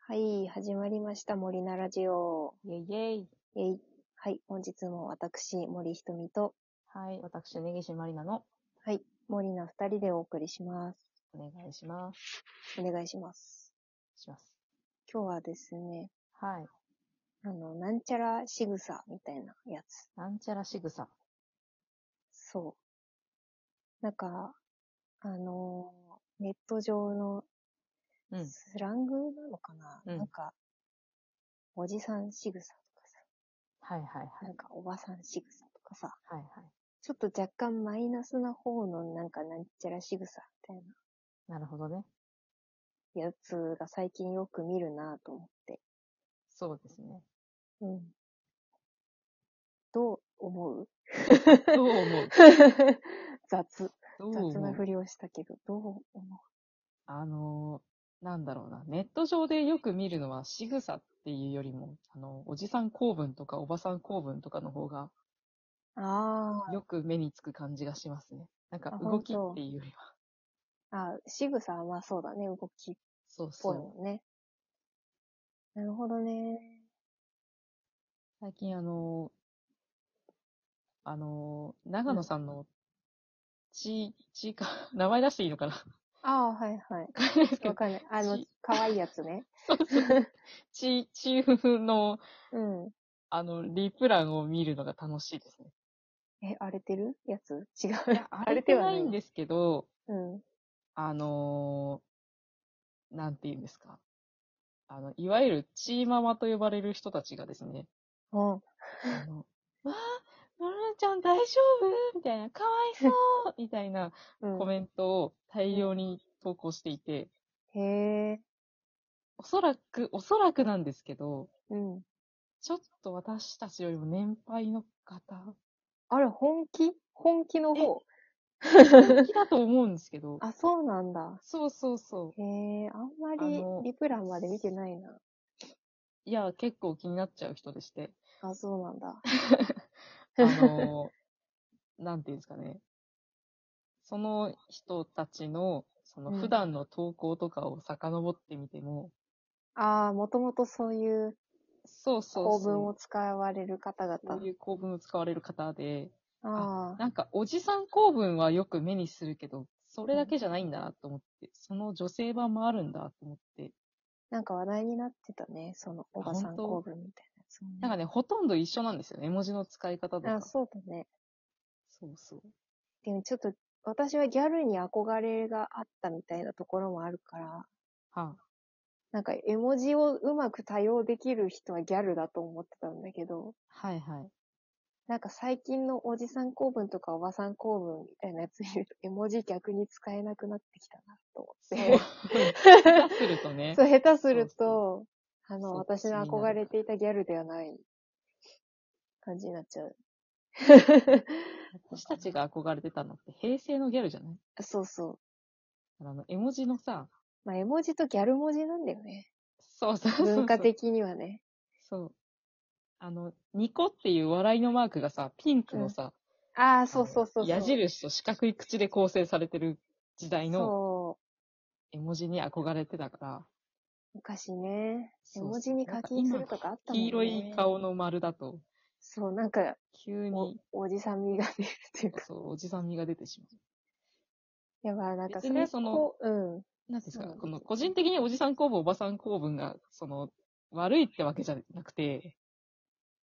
はい、始まりました、森菜ラジオ。イェイイェイ。えい。はい、本日も私、森ひとみと、はい。私、根岸まりなの。はい、森菜二人でお送りします。お願いします。お願いします。します。今日はですね、はい。あの、なんちゃら仕草みたいなやつ。なんちゃら仕草。そう。なんか、あのー、ネット上のうん。スラングなのかな、うんなんか、おじさん仕草とかはいはいはい。さ、なんかおばさん仕草とかさ、はいはい。ちょっと若干マイナスな方のなんかなんちゃら仕草みたいな。なるほどね。やつが最近よく見るなと思って。そうですね。うん。どう思う どう 思う雑。どう雑思なうふりをしたけど、どう思うあのー、なんだろうな。ネット上でよく見るのは仕草っていうよりも、あの、おじさん公文とかおばさん公文とかの方があよく目につく感じがしますね。なんかあ動きっ本当ていうよりは。あ。あ仕草はまあそうだね。動きっそうぽいそう。もんね。なるほどね。最近あのー、あのー、長野さんの、ち、ちか、名前出していいのかなああ、はいはい。わかんない。あのち、可愛いやつね。ち、ちふふの、 うん。あの、リプランを見るのが楽しいですね。え、荒れてるやつ違う。あれてないんで。ですけど、うん。あのー、なんて言うんですか。あの、いわゆるチーママと呼ばれる人たちがですね、うん。あの、 わあ、のるちゃん大丈夫みたいな、かわいそうみたいなうんコメントを大量に投稿していて、へえ。おそらく、おそらくなんですけど、うん。ちょっと私たちよりも年配の方、あれ、本気本気の方。本気だと思うんですけど、 あ、そうなんだ。そうそうそう。へえ、あんまありのリプランまで見てないな。いや、結構気になっちゃう人 でして、あ、そうなん だ。あのー、なんていうんですかね。その人たちの、そのうん普段の投稿とかを遡ってみても、ああ、もともとそういうそうそ構文うそをう。使われる方々。こういう構文を使われる方で、ああ、なんかおじさん構文はよく目にするけど、それだけじゃないんだなと思って、その女性版もあるんだと思って、なんか話題になってたね。その、おばさん本当構文みたいなやつもね、なんかね、ほとんど一緒なんですよね、絵文字の使い方とあか。そうだね。そうそう。でもちょっと、私はギャルに憧れがあったみたいなところもあるから、はなんか絵文字をうまく多用できる人はギャルだと思ってたんだけど、あ、はいはい。なんか最近のおじさん構文とかおばさん構文みたいなやつ見ると、絵文字逆に使えなくなってきたなと思そう。って。下手するとねそ。う、下手するそうと、あの、そう私の気になる憧れていたギャルではない感じになっち ゃう。私たちが憧れてたのって平成のギャルじゃないそうそう。あの、絵文字のさ、まあ、絵文字とギャル文字なんだよね。そうそうそうそう。文化的にはね。そう。あの、ニコっていう笑いのマークがさ、ピンクのさ、ああ、そうそうそうそう。矢印と四角い口で構成されてる時代のそ絵文字に憧れてたから、う。昔ね。絵そうそう文字に課金するとかあったもんね。黄色い。顔の丸だと、そう、なんか、急おに、おじさん味が出るっていうか。そう、おじさん味が出てしまう。いや、まあ、なんか別にねそれこう、うん。なんていうんですか、そうこの個人的におじさん公文、おばさん公文が、その、悪いってわけじゃなく て、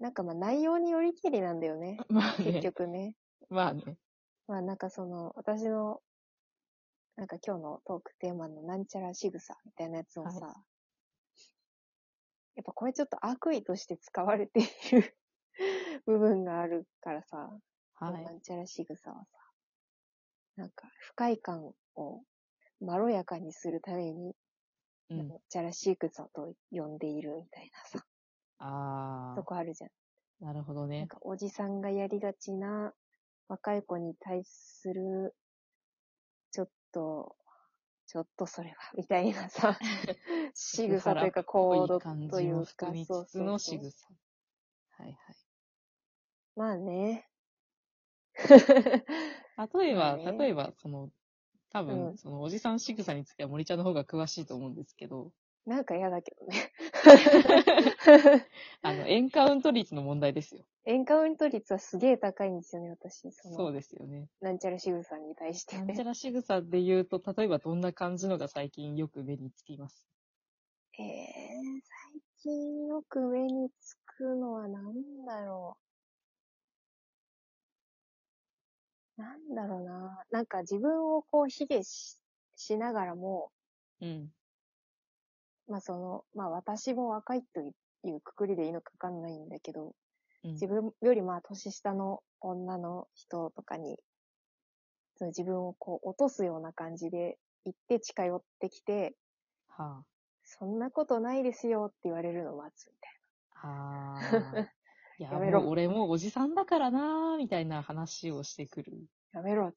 なんかまあ内容によりきりなんだよね。まあ結ね、局ね。まあね、まあなんかその、私の、なんか今日のトークテーマのなんちゃら仕草みたいなやつをさ、やっぱこれちょっと悪意として使われている 部分があるからさ、は。ないんちゃら仕草はさ、なんか不快感をまろやかにするために、うなんん。ちゃら仕草と呼んでいるみたいなさ、あとこあるじゃん。あ、なるほどなんね。かおじさんがやりがちな若い子に対する、ちょっと、ちょっとそれは、 みたいなさ、仕草というか行動というか、含みそうつつの仕そうそう草。はいまあね。 はい。例えば、まあね例えば、その、う多ん分、そのおじさん仕草については森ちゃんの方が詳しいと思うんですけど、なんか嫌だけどね。あの、エンカウント率の問題ですよ。エンカウント率はすげえ高いんですよね、私。そのそうですよね。なんちゃら仕草に対してなんちゃね。ら仕草で言うと、例えばどんな感じのが最近よく目につきます。えー、最近よく目につくのはなんだろう。なんだろうな。なんか自分をこう卑下ししながらも、うん。まあその、まあ私も若いというくくりでいいのかわかんないんだけど、うん自分よりまあ年下の女の人とかに、その自分をこう落とすような感じで行って近寄ってきて、はそんなことないですよって言われるのを待つみたいあ。は あ。いや、やめろもう俺もうおじさんだからなー、みたいな話をしてくる。な。やめろ。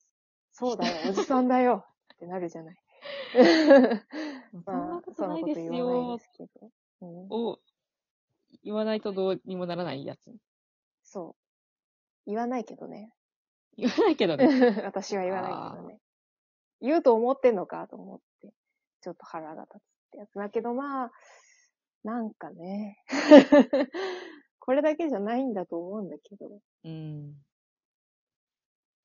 そうだよ、お じさんだよってなるじゃない。そんなことないですそんなこと言わないよですけど。うん、を言わないとどうにもならないやつ。そう。言わないけど ね。言わないけどね。私は言わないけどね。言うと思ってんのかと思って、ちょっと腹が立つってやつだけど、まあ、なんか ね。これだけじゃないんだと思うんだけど。うん。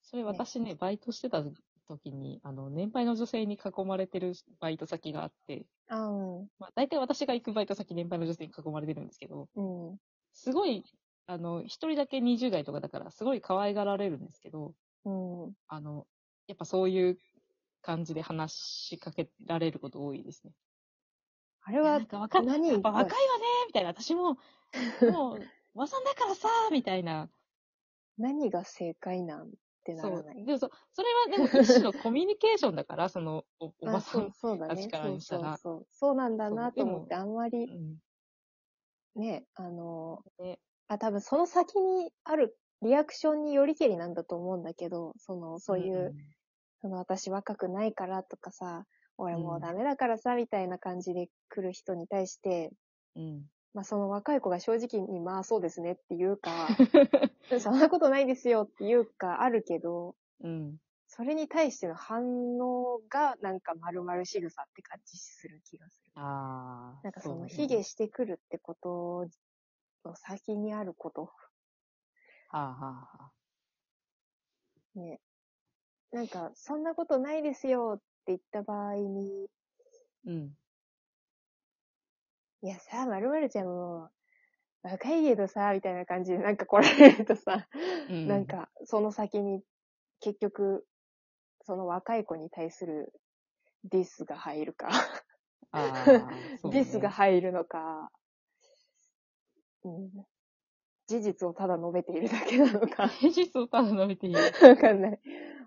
それ私ね、バイトしてた時に、あの、年配の女性に囲まれてるバイト先があって、あうん。まあ大体私が行くバイト先年配の女性に囲まれてるんですけど、うん。すごい、あの、一人だけ20代とかだから、すごい可愛がられるんですけど、うん。あの、やっぱそういう感じで話しかけられること多いですね。あれいやはなん、か若い、何やっぱ若いわねみたいな、私 も、もう、おばさんだからさみたいな。何が正解なんってなそらうない。。でもそ、それはでも一種のコミュニケーションだから、その、おおばさん。あそうそうだね。立ちからにしたそうそらうそう。そうなんだなと思って、そあんまうりん。ね、あの、で、あ、多分その先にあるリアクションによりけりなんだと思うんだけど、その、そういう、その私若くないからとかさ、俺もうダメだからさ、みたいな感じで来る人に対して、うん。うん。まあその若い子が正直に、まあそうですねっていう か、そんなことないですよっていうかあるけど、うん。それに対しての反応がなんか丸々仕草って感じする気がする。ああ。なんかそうの、ね卑下してくるってことの先にあること。はあ、はあはあ、ね。なんか、そんなことないですよって言った場合に、うん。いやさ、まるちゃんも、若いけどさ、みたいな感じでなんか来られるとさ、うんなん、か、その先に、結局、その若い子に対するディスが入るか、あ ーそうディねス が入るのか、うん、事実をただ述べているだけなのか。平日をただ伸びてい い。わかんない。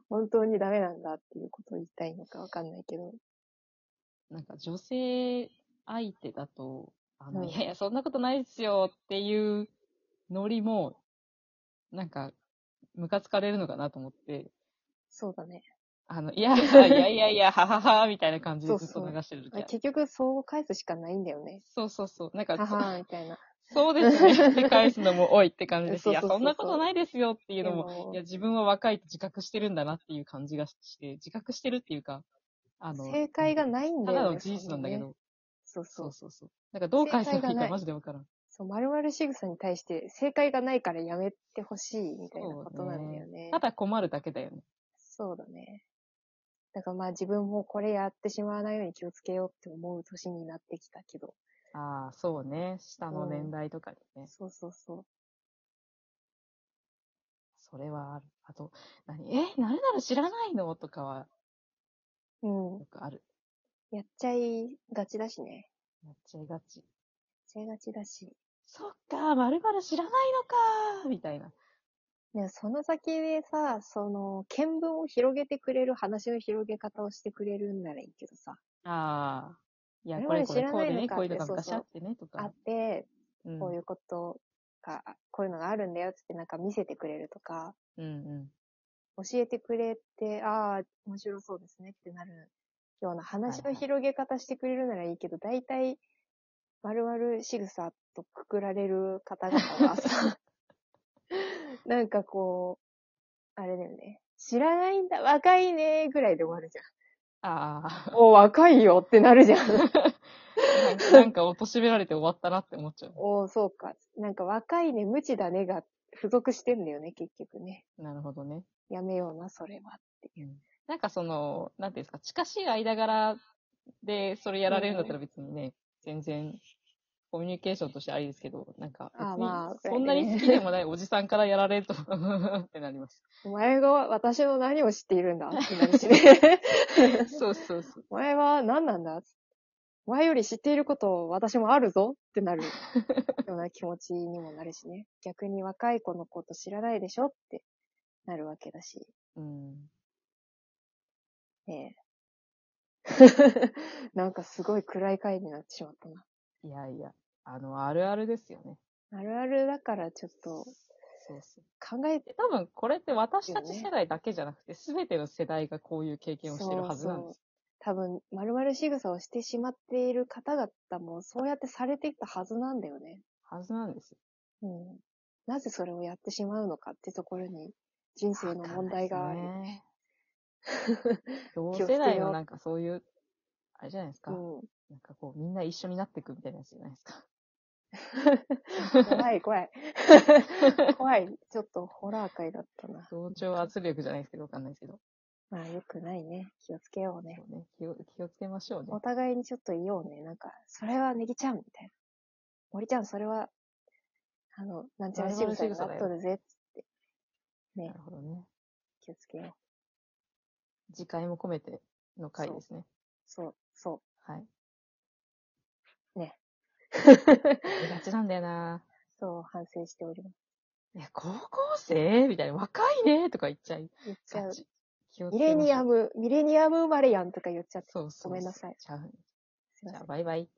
本当にダメなんだっていうことを言いたいのかわかんないけど。なんか女性相手だと、あの、うんいやいや、そんなことないですよっていうノリも、なんか、ムカつかれるのかなと思って、そうだね。あの、いや、いやいやいや、ははは、みたいな感じでずっそうとそう流してる時ある結局、そう返すしかないんだよね。そうそうそう。なんか、ははみたいな。そうですねって返すのも多いって感じで す。そういそや、うそうそうそんなことないですよっていうのも、もいや、自分は若いと自覚してるんだなっていう感じがして、自覚してるっていうか、あの、正解がないんただよね。だの事実なんだけそのね。ど、そうそそうう。そうそう。なんかどう返せば正い解がいなかいマジでわからん。そう、まるまる仕草に対して正解がないからやめてほしいみたいなことなんだよね。ただ困るだけだよね。そうだね。だからまあ自分もこれやってしまわないように気をつけようって思う年になってきたけど。ああ、そうね。下の年代とかでね。そうそうそう。それはある。あと、何え、なるなら知らないのとかは、うんよ。くある。やっちゃいがちだしね。やっちゃいがち。やっちゃいがちだし。そっか、まるまる知らないのかみたいな。ね、その先でさ、その、見聞を広げてくれる、話の広げ方をしてくれるんならいいけどさ、ああ。いや、我々こ知れこれらこうないでのね、かこういうのがそう昔そうあってね、とあかっ。て、うんこういうことが、こういうのがあるんだよっつってなんか見せてくれるとか、うんうん。教えてくれて、ああ、面白そうですねってなるような話はのいはい広げ方してくれるならいいけど、大体、丸々仕草とくくられる方々は さ、なんかこう、あれだよね。知らないんだ、若いねーぐらいで終わるじゃん。ああ。お、若いよってなるじゃん。 なんかなんか貶められて終わったなって思っちゃう。 おおそうか。なんか若いね、無知だねが付属してんだよね、結局ね。なるほどね。やめような、それはっていう。なんかその、なんていうんですか、近しい間柄でそれやられるんだったら別にね、全然、コミュニケーションとしてありですけど、なんか別あーにまあそんなに好きでもないおじさんからやられると、 ってなります。お前が私の何を知っているんだってなるし ね。そうそうそう。お前は何なんだお前より知っていること私もあるぞってなるような気持ちにもなるしね。逆に若い子のこと知らないでしょってなるわけだし。うん。 ねえ。なんかすごい暗い回になってしまったな。いやいや、あの、あるあるですよね。あるあるだからちょっとそうそう。考えで、多分これって私たち世代だけじゃなくて、すべての世代がこういう経験をしてるはずなんですよ。多分、まるまる仕草をしてしまっている方々も、そうやってされてきたはずなんだよね。はずなんですよ。うん。なぜそれをやってしまうのかってところに、人生の問題がある。ね。同世代のなんかそういう、あれじゃないですか。うん。なんかこう、みんな一緒になっていくみたいなやつじゃないです か。怖い、怖い。 怖い。ちょっとホラー界だったな。同調圧力じゃないですけど、わかんないですけど。まあ、よくないね。気をつけようねそ。うね、気を気をつけましょうね。お互いにちょっと言おうね。なんか、それはネギちゃんみたいな。森ちゃん、それは、あの、なんちゃら仕草になっとるぜ。なるほどね。気をつけよう。次回も込めての回ですね。そう、そう。はい。ね。ありがちなんだよな。そう、反省しております。え、高校生みたいな、若いねとか言っちゃい言っちゃがう。ち。気をつミけレましょうニアム、ミレニアム生まれやんとか言っちゃって。そうそうそう。ごめんなさいちゃうすいじまゃせあ、ん。バイバイ。